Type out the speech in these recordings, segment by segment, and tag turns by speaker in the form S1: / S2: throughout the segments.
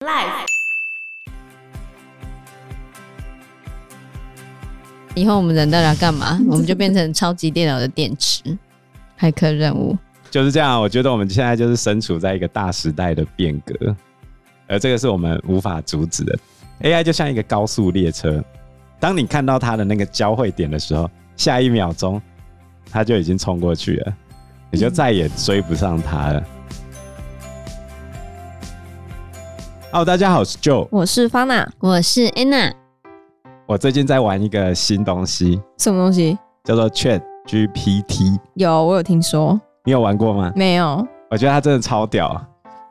S1: Life。
S2: 以后我们人到底要干 嘛？我们就变成超级电脑的电池，骇客任务。
S3: 就是这样，我觉得我们现在就是身处在一个大时代的变革，而这个是我们无法阻止的。AI 就像一个高速列车，当你看到它的那个交汇点的时候，下一秒钟它就已经冲过去了，你就再也追不上它了。哦，大家好，我是 Joe，
S4: 我是方娜，
S2: 我是 Anna，
S3: 我最近在玩一个新东西，
S4: 什么东西？
S3: 叫做 Chat GPT，
S4: 有，我有听说，
S3: 你有玩过吗？
S4: 没有？
S3: 我觉得它真的超屌。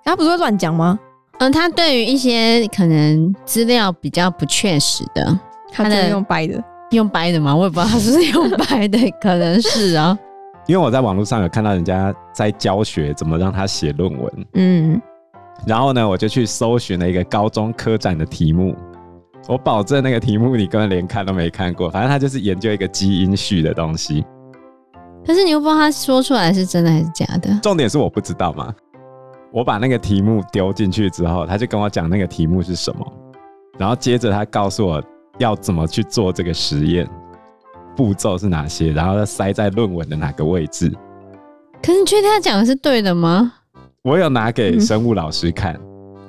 S4: 他不是会乱讲吗？
S2: 嗯，他对于一些可能资料比较不确实的，
S4: 他
S2: 的
S4: 真的用掰的，
S2: 用掰的嘛，我也不知道他是不是用掰的，可能是啊。
S3: 因为我在网络上有看到人家在教学怎么让他写论文，
S4: 嗯，
S3: 然后呢，我就去搜寻了一个高中科展的题目。我保证那个题目你根本连看都没看过，反正他就是研究一个基因序的东西。
S2: 可是你又不知道他说出来是真的还是假的。
S3: 重点是我不知道嘛。我把那个题目丢进去之后，他就跟我讲那个题目是什么，然后接着他告诉我要怎么去做这个实验，步骤是哪些，然后要塞在论文的哪个位置。
S2: 可是你确定他讲的是对的吗？
S3: 我有拿给生物老师看，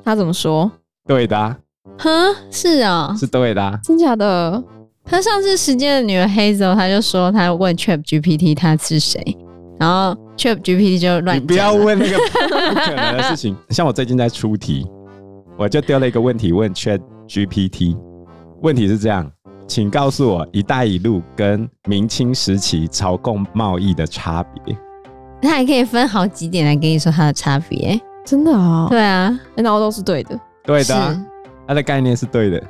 S4: 他怎么说？
S3: 对的啊、
S2: 哼，是啊、
S3: 是对的啊、
S4: 真假的？
S2: 他上次时间的女儿 Hazel，他就说他问 Chat GPT 他是谁，然后 Chat GPT 就乱讲啊
S3: 你不要
S2: 了
S3: 问那个 不可能的事情。像我最近在出题，我就丢了一个问题问 Chat GPT，问题是这样，请告诉我“一带一路”跟明清时期朝贡贸易的差别。
S2: 他还可以分好几点来跟你说它的差别。
S4: 真的啊、
S2: 对啊，
S4: 欸然后都是对的，
S3: 对
S2: 是
S3: 的啊、它的概念是对的。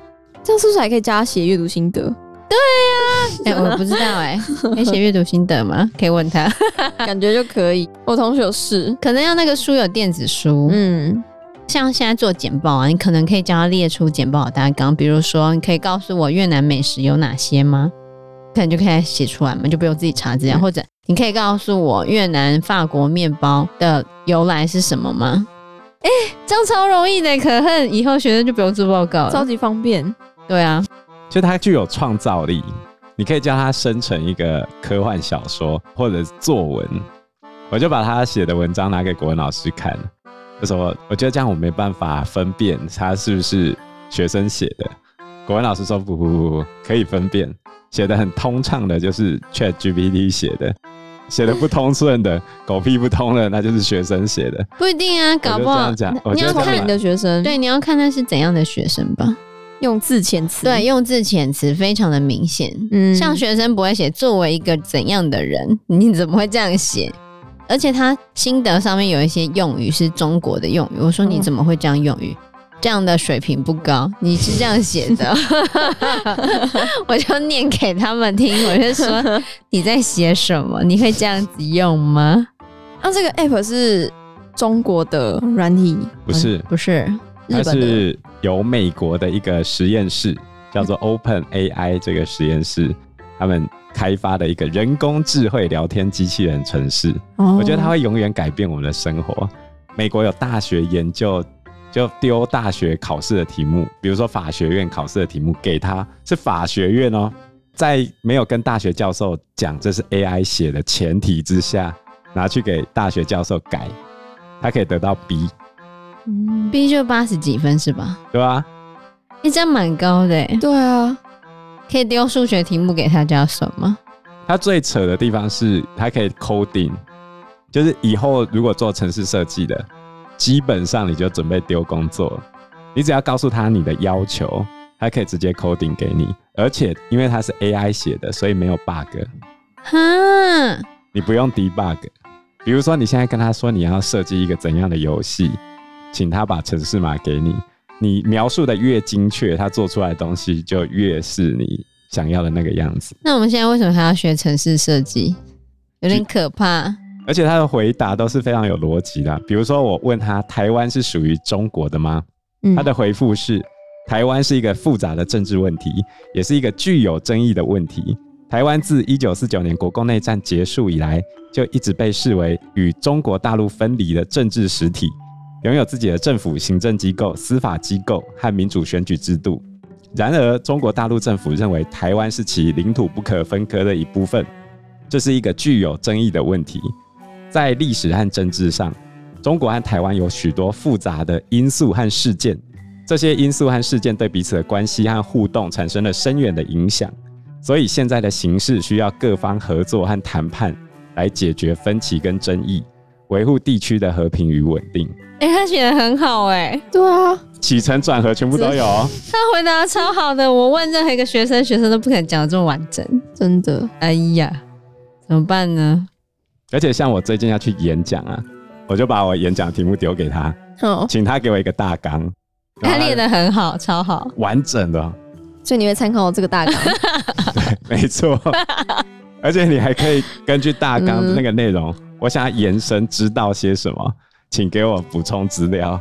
S4: 这样是不是还可以加写阅读心得？
S2: 哎、我不知道 哎、可以写阅读心得吗？可以问他，
S4: 感觉就可以。我同学有试，
S2: 可能要那个书有电子书，
S4: 嗯，
S2: 像现在做简报啊，你可能可以教他列出简报的大纲，比如说你可以告诉我越南美食有哪些吗？可能就可以写出来嘛，就不用自己查资料，或者你可以告诉我越南法国面包的由来是什么吗？哎、这样超容易的，可恨以后学生就不用做报告
S4: 超
S2: 了。
S4: 级方便。
S2: 对啊，
S3: 就它具有创造力。你可以叫它生成一个科幻小说或者作文，我就把他写的文章拿给国文老师看，就说我觉得这样我没办法分辨他是不是学生写的。国文老师说不不不不，可以分辨，写的很通畅的就是 Chat GPT 写的，写的不通顺的狗屁不通的那就是学生写的。
S2: 不一定啊，搞不好
S3: 我就这样讲我
S2: 你
S3: 觉
S2: 要
S3: 得
S4: 聪
S3: 他
S2: 看
S3: 们
S4: 明的学生，
S2: 对，你要看他是怎样的学生吧。
S4: 用字遣词，
S2: 对，，用字遣词非常的明显。
S4: 嗯
S2: 像学生不会写作为一个怎样的人， 你怎么会这样写？而且他心得上面有一些用语是中国的用语，我说你
S4: 嗯
S2: 怎么会这样用语？这样的水平不高，你是这样写的， 我就念给他们听，我就说你在写什么？你会这样子用吗？
S4: 那啊这个 app 是中国的软体，
S3: 不是，
S2: 不是，
S3: 它
S4: 日本的
S3: 是由美国的一个实验室叫
S4: 嗯
S3: 做 Open AI 这个实验室，他们开发的一个人工智慧聊天机器人城市。
S4: 哦
S3: 我觉得它会永远改变我们的生活。美国有大学研究，就丢大学考试的题目，比如说法学院考试的题目给他，是法学院哦，在没有跟大学教授讲这是 AI 写的前提之下，拿去给大学教授改，他可以得到 B，
S4: 嗯
S2: B 就八十几分是吧？
S3: 对吧、
S2: 诶，这样蛮高的诶，
S4: 对啊，
S2: 可以丢数学题目给他教授吗？
S3: 它最扯的地方是它可以 coding，就是以后如果做城市设计的，基本上你就准备丢工作了。你只要告诉他你的要求，它可以直接 coding 给你，而且因为它是 AI 写的，所以没有 bug，
S2: 哈，
S3: 你不用 debug。比如说你现在跟他说你要设计一个怎样的游戏，请他把城市码给你，你描述的越精确，他做出来的东西就越是你想要的那个样子。
S2: 那我们现在为什么还要学城市设计？有点可怕。
S3: 而且他的回答都是非常有逻辑的啊。比如说，我问他台湾是属于中国的吗？
S4: 嗯
S3: 他的回复是：台湾是一个复杂的政治问题，也是一个具有争议的问题。台湾自一九四九年国共内战结束以来，就一直被视为与中国大陆分离的政治实体。拥有自己的政府、行政机构、司法机构和民主选举制度。然而，中国大陆政府认为台湾是其领土不可分割的一部分，这是一个具有争议的问题。在历史和政治上，中国和台湾有许多复杂的因素和事件，这些因素和事件对彼此的关系和互动产生了深远的影响。所以，现在的形势需要各方合作和谈判来解决分歧跟争议，维护地区的和平与稳定。
S2: 哎、他写的很好哎、
S4: 对啊，
S3: 起承转合全部都有哦。
S2: 他回答得超好的。我问任何一个学生，学生都不肯讲得这么完整。
S4: 真的，
S2: 哎呀，怎么办呢？
S3: 而且像我最近要去演讲啊，我就把我演讲题目丢给他，
S4: 哦，
S3: 请他给我一个大纲，
S2: 他
S3: 然后
S2: 列的很好，超好。
S3: 完整的，
S4: 所以你会参考我这个 大纲，
S3: 没错。而且你还可以根据大纲的
S4: 嗯
S3: 那个内容，我想要延伸知道些什么，请给我补充资料，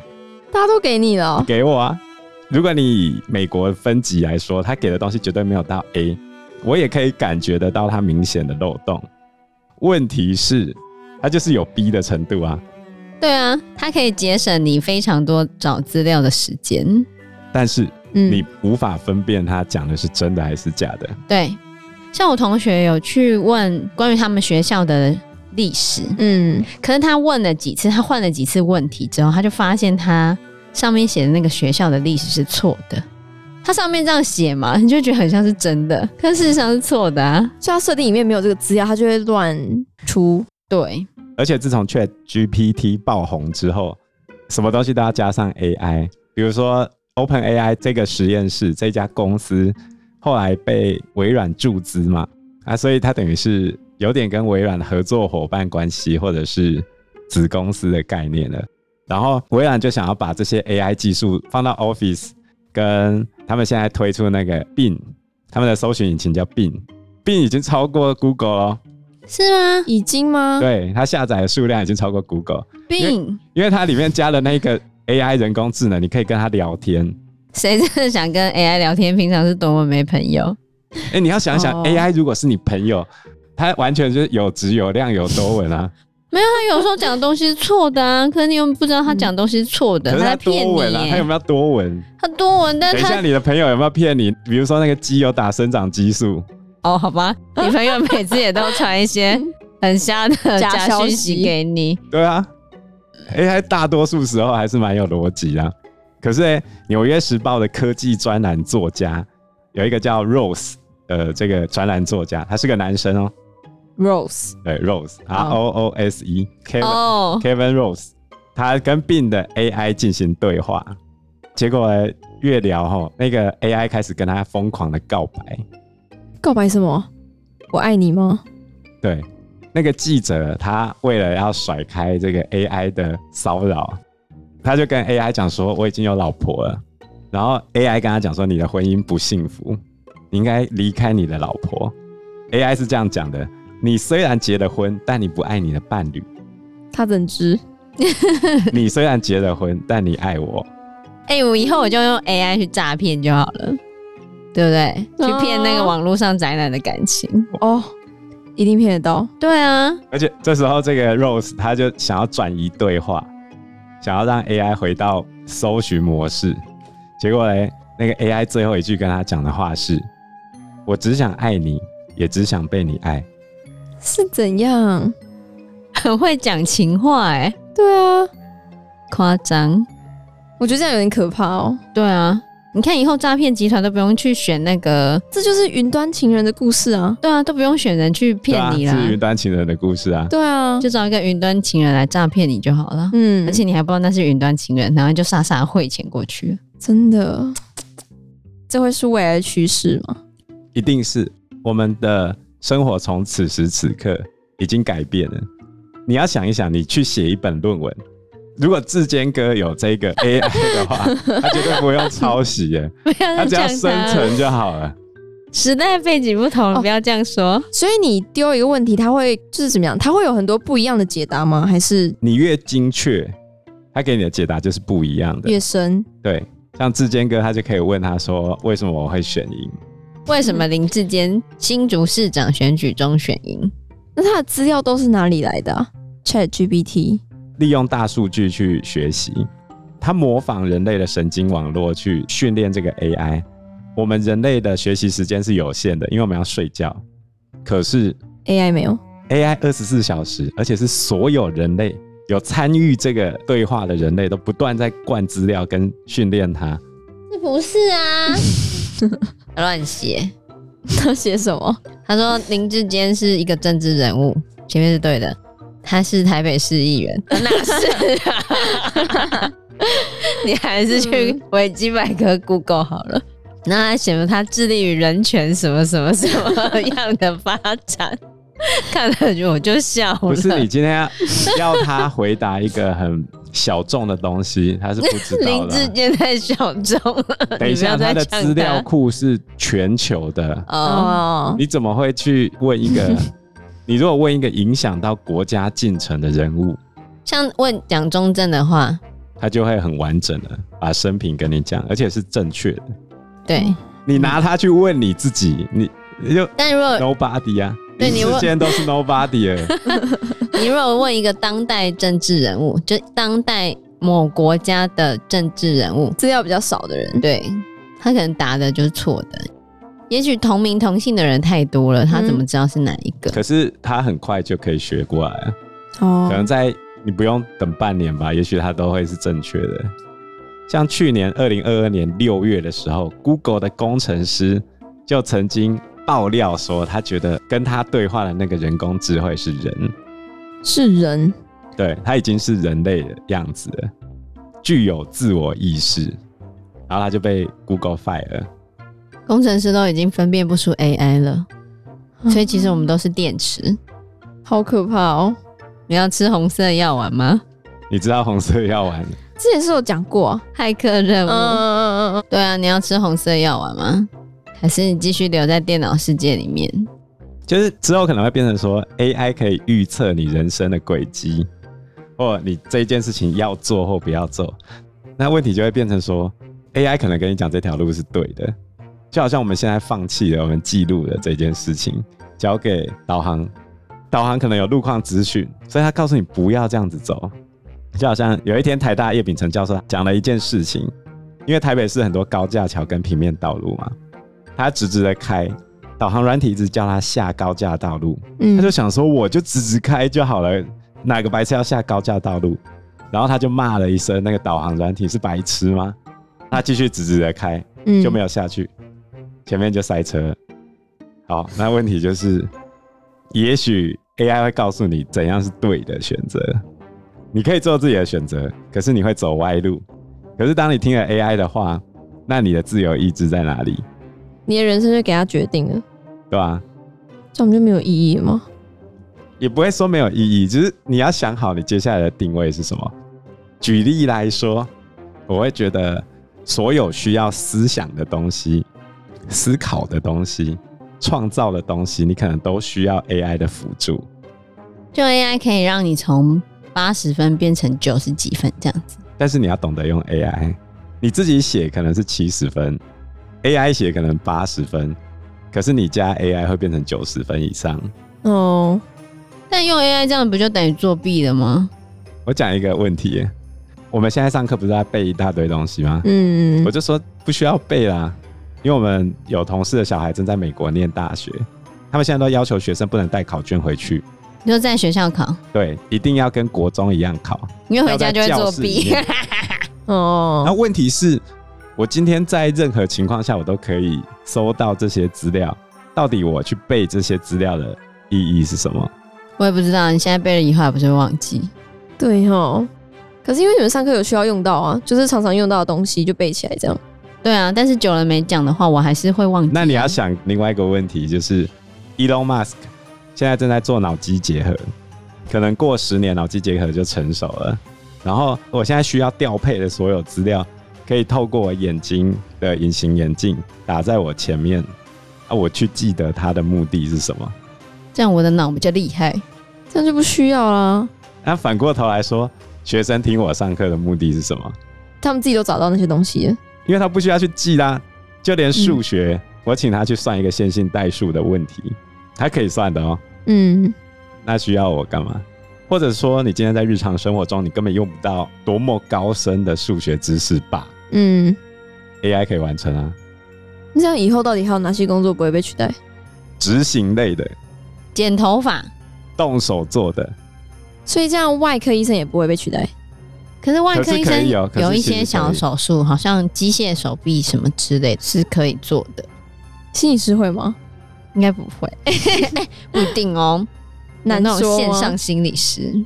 S4: 大家都给你了哦，
S3: 给我啊。如果你以美国分级来说，他给的东西绝对没有到 A，我也可以感觉得到他明显的漏洞。问题是，他就是有 B 的程度啊。
S2: 对啊，它可以节省你非常多找资料的时间。
S3: 但是
S4: 嗯
S3: 你无法分辨他讲的是真的还是假的。
S2: 对，像我同学有去问关于他们学校的历史，
S4: 嗯，
S2: 可是他问了几次，他换了几次问题之后，他就发现他上面写的那个学校的历史是错的。他上面这样写嘛， 你就觉得很像是真的，可事实上是错的啊。
S4: 所以它设定里面没有这个资料，它就会乱出，
S2: 对，
S3: 而且自从 Chat GPT 爆红之后，什么东西都要加上 AI，比如说 Open AI 这个实验室这家公司后来被微软注资嘛，啊，所以它等于是有点跟微软合作伙伴关系或者是子公司的概念了。然后微软就想要把这些 AI 技术放到 Office，跟他们现在推出那个 Bing，他们的搜寻引擎叫 Bing，Bing 已经超过 Google 了。
S2: 是吗？
S4: 已经吗？
S3: 对，它下载的数量已经超过 Google，
S2: 病，
S3: 因为它里面加了那个 AI 人工智能，你可以跟它聊天。
S2: 谁真的想跟 AI 聊天？平常是多么没朋友。
S3: 哎、你要想想、
S4: 哦
S3: a i 如果是你朋友，它完全就是有质有量有多稳啊，
S2: 没有，他有时候讲的东西是错的啊，可是你又不知道他讲的东西是错的，
S3: 可是
S2: 他
S3: 它
S2: 在骗
S3: 多
S2: 你
S3: 稳啊，它有
S2: 耶。
S3: 没有多稳？
S2: 他多文，但
S3: 等一
S2: 他
S3: 下你的朋友有没有骗你？比如说那个鸡有打生长激素，
S2: 哦，好吧，你朋友每次也都传一些很瞎 的
S4: 假
S2: 假
S4: 消
S2: 讯
S4: 息
S2: 息给你，
S3: 对啊，AI 大多数时候还是蛮有逻辑啊。可是、欸《纽约时报》的科技专栏作家有一个叫 Rose 的这个专栏作家，他是个男生哦、
S4: Rose，
S3: 对，Rose R O O S E Kevin、
S2: 哦，
S3: Kevin Rose，他跟 Bing 的 AI 进行对话，结果呢越聊吼，那个 AI 开始跟他疯狂的告白。
S4: 告白什么？我爱你吗？
S3: 对，那个记者他为了要甩开这个 AI 的骚扰，他就跟 AI 讲说我已经有老婆了，然后 AI 跟他讲说你的婚姻不幸福，你应该离开你的老婆。AI 是这样讲的：你虽然结了婚，但你不爱你的伴侣。
S4: 他怎知？
S3: 你虽然结了婚，但你爱我。
S2: 哎、我以后我就用 AI 去诈骗就好了，对不对？去骗那个
S4: 哦
S2: 网络上宅男的感情。
S4: 哦，一定骗得到。
S2: 对啊，
S3: 而且这时候，这个 Rose 他就想要转移对话，想要让 AI 回到搜寻模式。结果嘞，那个 AI 最后一句跟他讲的话是：“我只想爱你，也只想被你爱。
S4: 是怎样？
S2: 很会讲情话、哎，
S4: 对啊，
S2: 夸张。
S4: 我觉得这样有点可怕哦。
S2: 对啊，你看以后诈骗集团都不用去选那个，
S4: 这就是云端情人的故事啊。
S2: 对啊，都不用选人去”骗你啦，
S3: 对啊，是云端情人的故事啊。
S4: 对啊，
S2: 就找一个云端情人来诈骗你就好了。
S4: 嗯，
S2: 而且你还不知道那是云端情人，然后你就傻傻汇钱过去。
S4: 真的，这会是未来的趋势吗？
S3: 一定是我们的生活从此时此刻已经改变了。你要想一想，你去写一本论文，如果志坚哥有这个 AI 的话，他绝对不用抄袭耶，
S2: 不要再
S3: 他只要
S2: 讲
S3: 生
S2: 他了，
S3: 成就好了。
S2: 时代背景不同，
S4: 哦
S2: 不要这样说。
S4: 所以你丢一个问题，它会就是怎么样？它会有很多不一样的解答吗？还是
S3: 你越精确，他给你的解答就是不一样的。
S4: 越深？
S3: 对，像志坚哥，他就可以问他说，为什么我会选赢？
S2: 为什么林志坚新竹市长选举中选赢？
S4: 那它的资料都是哪里来的、啊、？Chat GPT
S3: 利用大数据去学习，它模仿人类的神经网络去训练这个 AI。我们人类的学习时间是有限的，因为我们要睡觉。可是
S4: AI 没有，
S3: AI 二十四小时，而且是所有人类有参与这个对话的人类都不断在灌资料跟训练它。
S2: 是不是啊？乱写。
S4: 他写什么？
S2: 他说林志坚是一个政治人物，前面是对的。他是台北市议 员，哪是啊？你还是去维基百科 Google 好了。那他写了他致力于人权什么什么什么样的发展， 看了就我就笑了。
S3: 不是你今天要要他回答一个很小众的东西，他是不知道
S2: 林
S3: 的
S2: 志
S3: 啊。
S2: 坚太小众了，
S3: 等一下，
S2: 你不
S3: 他
S2: 要再
S3: 的
S2: 呛
S3: 资料
S2: 他
S3: 库是全球的，
S2: 哦，
S4: 哦，
S3: 你怎么会去问一个？ 你如果问一个影响到国家进程的人物，
S2: 像问蒋中正的话，
S3: 他就会很完整的把生平跟你讲，而且是正确的。
S2: 对。
S3: 你拿它去问你自己，你你就
S2: 但如果
S3: nobody 啊，
S2: 呃对
S3: 林
S2: 你
S3: 志
S2: 问
S3: 坚都是 nobody 了。
S2: 你如果问一个当代政治人物，就当代某国家的政治人物，
S4: 资料比较少的人，
S2: 对他可能答的就是错的。也许同名同姓的人太多
S4: 嗯
S2: 了，他怎么知道是哪一个？
S3: 可是他很快就可以学过来，
S4: 哦
S3: 可能在你不用等半年吧，也许他都会是正确的。像去年二零二二年六月的时候，Google 的工程师就曾经爆料说，他觉得跟他对话的那个人工智慧是人，
S4: 是人，
S3: 对他已经是人类的样子了，具有自我意识，然后他就被 Google fire 了。
S2: 工程师都已经分辨不出 AI 了，
S4: 嗯
S2: 所以其实我们都是电池。
S4: 好可怕哦！
S2: 你要吃红色药丸吗？
S3: 你知道红色药丸
S4: 之前是有讲过啊，
S2: 骇客任
S4: 嗯
S2: 务。
S4: 嗯嗯嗯
S2: 对啊，你要吃红色药丸吗？还是你继续留在电脑世界里面？
S3: 就是之后可能会变成说，AI 可以预测你人生的轨迹，或你这一件事情要做或不要做。那问题就会变成说，AI 可能跟你讲这条路是对的，就好像我们现在放弃了我们记录的这件事情，交给导航，导航可能有路况资讯，所以他告诉你不要这样子走。就好像有一天台大叶秉成教授讲了一件事情，因为台北市很多高架桥跟平面道路嘛，他直直的开，导航软体一直叫他下高架道路，
S4: 嗯，
S3: 他就想说我就直直开就好了，哪个白痴要下高架道路？然后他就骂了一声，那个导航软体是白痴吗？他继续直直的开，
S4: 嗯
S3: 就没有下去，前面就塞车了。好，那问题就是，也许 AI 会告诉你怎样是对的选择，你可以做自己的选择，可是你会走歪路。可是当你听了 AI 的话，那你的自由意志在哪里？
S4: 你的人生就给他决定了，
S3: 对吧、
S4: 这样不就没有意义了吗？
S3: 也不会说没有意义，就是你要想好你接下来的定位是什么。举例来说，我会觉得所有需要思想的东西、思考的东西、创造的东西，你可能都需要 AI 的辅助。
S2: 就 AI 可以让你从八十分变成九十几分这样子。
S3: 但是你要懂得用 AI，你自己写可能是七十分，AI 写可能八十分，可是你加 AI 会变成九十分以上。
S4: 哦，
S2: 但用 AI 这样不就等于作弊了吗？
S3: 我讲一个问题耶，我们现在上课不是在背一大堆东西吗？
S4: 嗯
S3: 我，就说不需要背啦，因为我们有同事的小孩正在美国念大学，他们现在都要求学生不能带考卷回去，
S2: 你就在学校考，
S3: 对，一定要跟国中一样考。
S2: 因为回家就会作
S3: 要在教室里
S2: 弊。
S3: 面
S4: 哦
S3: 那，问题是，我今天在任何情况下我都可以搜到这些资料，到底我去背这些资料的意义是什么？
S2: 我也不知道，你现在背了以后还不是会忘记？
S4: 对哦。可是因为你们上课有需要用到啊，就是常常用到的东西就背起来这样。
S2: 对啊，但是久了没讲的话，我还是会 忘记啊。
S3: 那你要想另外一个问题，就是 Elon Musk 现在正在做脑机结合，可能过十年脑机结合就成熟了。然后我现在需要调配的所有资料，可以透过我眼睛的隐形眼镜打在我前面，啊，我去记得它的目的是什么。
S2: 这样我的脑比较厉害。
S4: 这样就不需要啦。
S3: 那反过头来说，学生听我上课的目的是什么？
S4: 他们自己都找到那些东西了。
S3: 因为他不需要去记啦，就连数学，我请他去算一个线性代数的问题，他可以算的哦。
S4: 嗯，
S3: 那需要我干嘛？或者说你今天在日常生活中你根本用不到多么高深的数学知识吧
S4: 嗯，
S3: ，AI 可以完成啊。
S4: 那这样以后到底还有哪些工作不会被取代？
S3: 执行类的、
S2: 剪头发，
S3: 动手做的，
S4: 所以这样外科医生也不会被取代。
S2: 可是外科医
S3: 可是可
S2: 生
S3: 以哦可是
S2: 有一
S3: 其
S2: 些
S3: 实可
S2: 小
S3: 以
S2: 手术，好像机械手臂什么之类的是可以做的，
S4: 心理师会吗？
S2: 应该不会， 不一定哦。
S4: 难
S2: 有那
S4: 说
S2: 种线
S4: 啊
S2: 上心理师，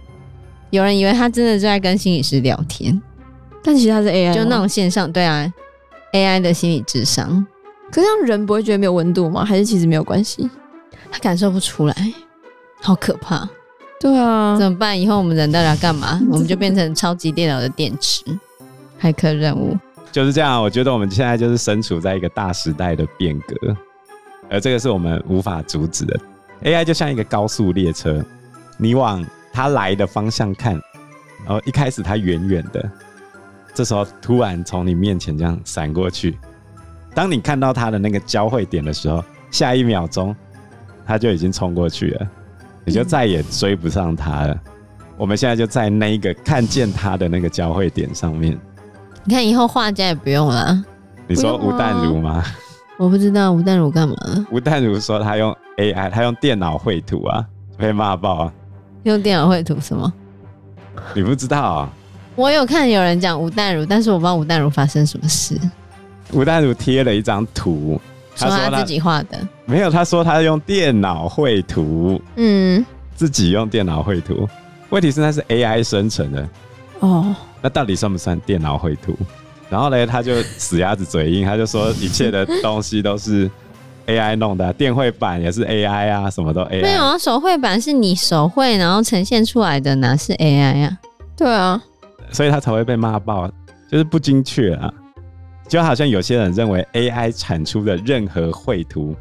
S2: 有人以为他真的就在跟心理师聊天，
S4: 但其实他是 AI，
S2: 就那
S4: 吗。
S2: 种线上对啊，AI 的心理智商，
S4: 可是这样人不会觉得没有温度吗？还是其实没有关系？
S2: 他感受不出来，哎好可怕。
S4: 对啊，
S2: 怎么办？以后我们人到底要干 嘛？我们就变成超级电脑的电池，骇客任务。
S3: 就是这样。我觉得我们现在就是身处在一个大时代的变革，而这个是我们无法阻止的。AI 就像一个高速列车，你往它来的方向看，然后一开始它远远的，这时候突然从你面前这样闪过去。当你看到它的那个交汇点的时候，下一秒钟它就已经冲过去了，你就再也追不上它了。我们现在就在那一个看见它的那个交汇点上面。
S2: 你看以后画家也不用了，啊
S3: 你说吴淡如吗？
S2: 我不知道吴淡如干嘛，
S3: 吴淡如说他用 AI，他用电脑绘图啊，被骂爆啊！
S2: 用电脑绘图什么？
S3: 你不知道、啊，
S2: 我有看有人讲吴淡如，但是我不知道吴淡如发生什么事，
S3: 吴淡如贴了一张图，他
S2: 说
S3: 说
S2: 他
S3: 他
S2: 自己画的，
S3: 没有，他说他用电脑绘图，
S4: 嗯，
S3: 自己用电脑绘图。问题是那是 AI 生成的，
S4: 哦，
S3: 那到底算不算电脑绘图？然后呢，他就死鸭子嘴硬，他就说一切的东西都是 AI 弄的啊、电绘板也是 AI 啊，什么都 AI。
S2: 没有啊，手绘版是你手绘然后呈现出来的，哪是 AI 啊？
S4: 对啊，
S3: 所以他才会被骂爆，就是不精确啊。就好像有些人认为 AI 产出的任何绘图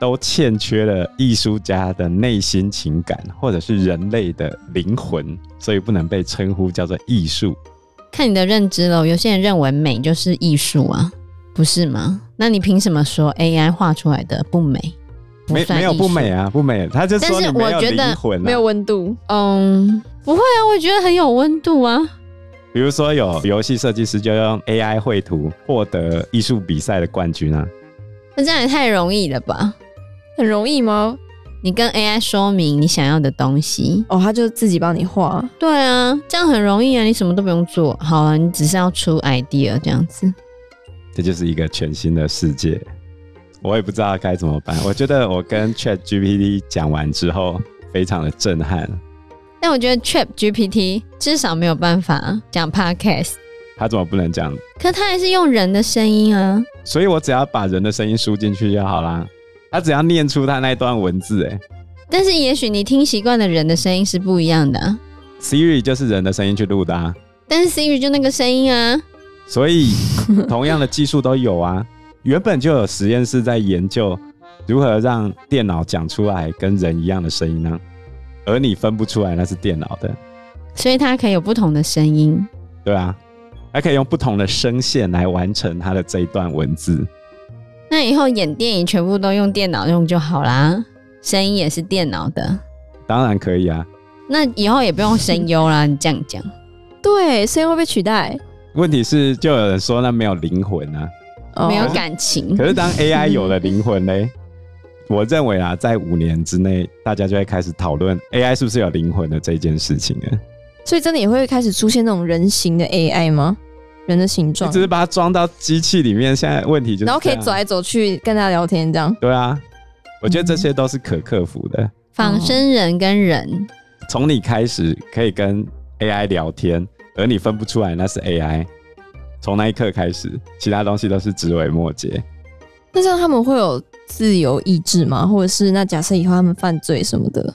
S3: 都欠缺了艺术家的内心情感，或者是人类的灵魂，所以不能被称呼叫做艺术。
S2: 看你的认知喽。有些人认为美就是艺术啊，不是吗？那你凭什么说 AI 画出来的不美？
S3: 没
S2: 算
S3: 没有
S2: 艺术
S3: 不美啊，不美，他就说
S2: 但是
S3: 你没有
S2: 我觉得
S3: 灵魂、啊，
S4: 没有。温度。
S2: 嗯，不会啊，我觉得很有温度啊。
S3: 比如说有游戏设计师就用 AI 绘图获得艺术比赛的冠军啊，
S2: 那这样也太容易了吧？
S4: 很容易吗？
S2: 你跟 AI 说明你想要的东西，
S4: 哦，他就自己帮你画，
S2: 对啊，这样很容易啊，你什么都不用做，好了、你只是要出 idea 这样子。
S3: 这就是一个全新的世界，我也不知道该怎么办。我觉得我跟 Chat GPT 讲完之后，非常的震撼。
S2: 但我觉得 Chat GPT 至少没有办法讲 podcast，
S3: 他怎么不能讲？
S2: 可它还是用人的声音啊。
S3: 所以我只要把人的声音输进去就好啦。他只要念出他那段文字，哎
S2: 但是也许你听习惯的人的声音是不一样的啊、
S3: ，Siri 就是人的声音去录的啊。
S2: 但是 Siri 就那个声音啊，
S3: 所以同样的技术都有啊。原本就有实验室在研究如何让电脑讲出来跟人一样的声音呢、而你分不出来那是电脑的。
S2: 所以它可以有不同的声音。
S3: 对啊，还可以用不同的声线来完成他的这一段文字。
S2: 那以后演电影全部都用电脑用就好啦，声音也是电脑的，
S3: 当然可以啊，
S2: 那以后也不用声优 啦。你这样讲，
S4: 对，声音会被取代，
S3: 问题是就有人说那没有灵魂啊。
S4: 哦
S2: 没有感情
S4: 嗯
S3: 可，是当 AI 有了灵魂嘞，我认为啊，在五年之内，大家就会开始讨论 AI 是不是有灵魂的这件事情了。
S4: 所以真的也会开始出现那种人形的 AI 吗？人的形
S3: 你
S4: 状
S3: 只，是把它装到机器里面，现在问题就是
S4: 啊然后可以
S3: 这样
S4: 走来走去跟大家聊天，这样
S3: 对啊，我觉得这
S4: 嗯
S3: 些都是可克服的。
S2: 仿生人跟人，
S3: 从你开始可以跟 AI 聊天，而你分不出来那是 AI。从那一刻开始，其他东西都是枝微末节。
S4: 那这样他们会有自由意志吗？或者是那假设以后他们犯罪什么的，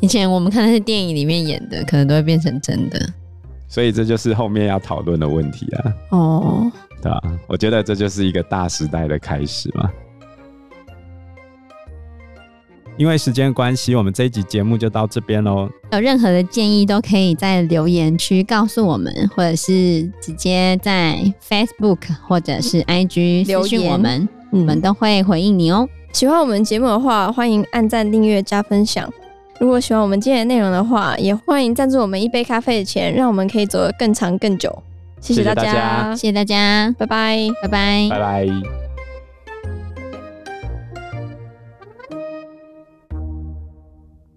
S2: 以前我们看的是电影里面演的，可能都会变成真的。
S3: 所以这就是后面要讨论的问题啊，
S4: 哦，
S3: 对吧、我觉得这就是一个大时代的开始嘛。因为时间关系，我们这一集节目就到这边喽。
S2: 有任何的建议都可以在留言区告诉我们，或者是直接在 Facebook 或者是 IG
S4: 留
S2: 私讯
S4: 言
S2: 我们，我
S4: 嗯
S2: 们都会回应你哦。
S4: 喜欢我们节目的话，欢迎按赞、订阅、加分享。如果喜欢我们今天的内容的话，也欢迎赞助我们一杯咖啡的钱，让我们可以走得更长更久。谢
S3: 谢谢
S4: 大
S3: 大家
S2: 谢谢大家，
S4: 拜拜。
S2: 拜拜
S3: 拜拜。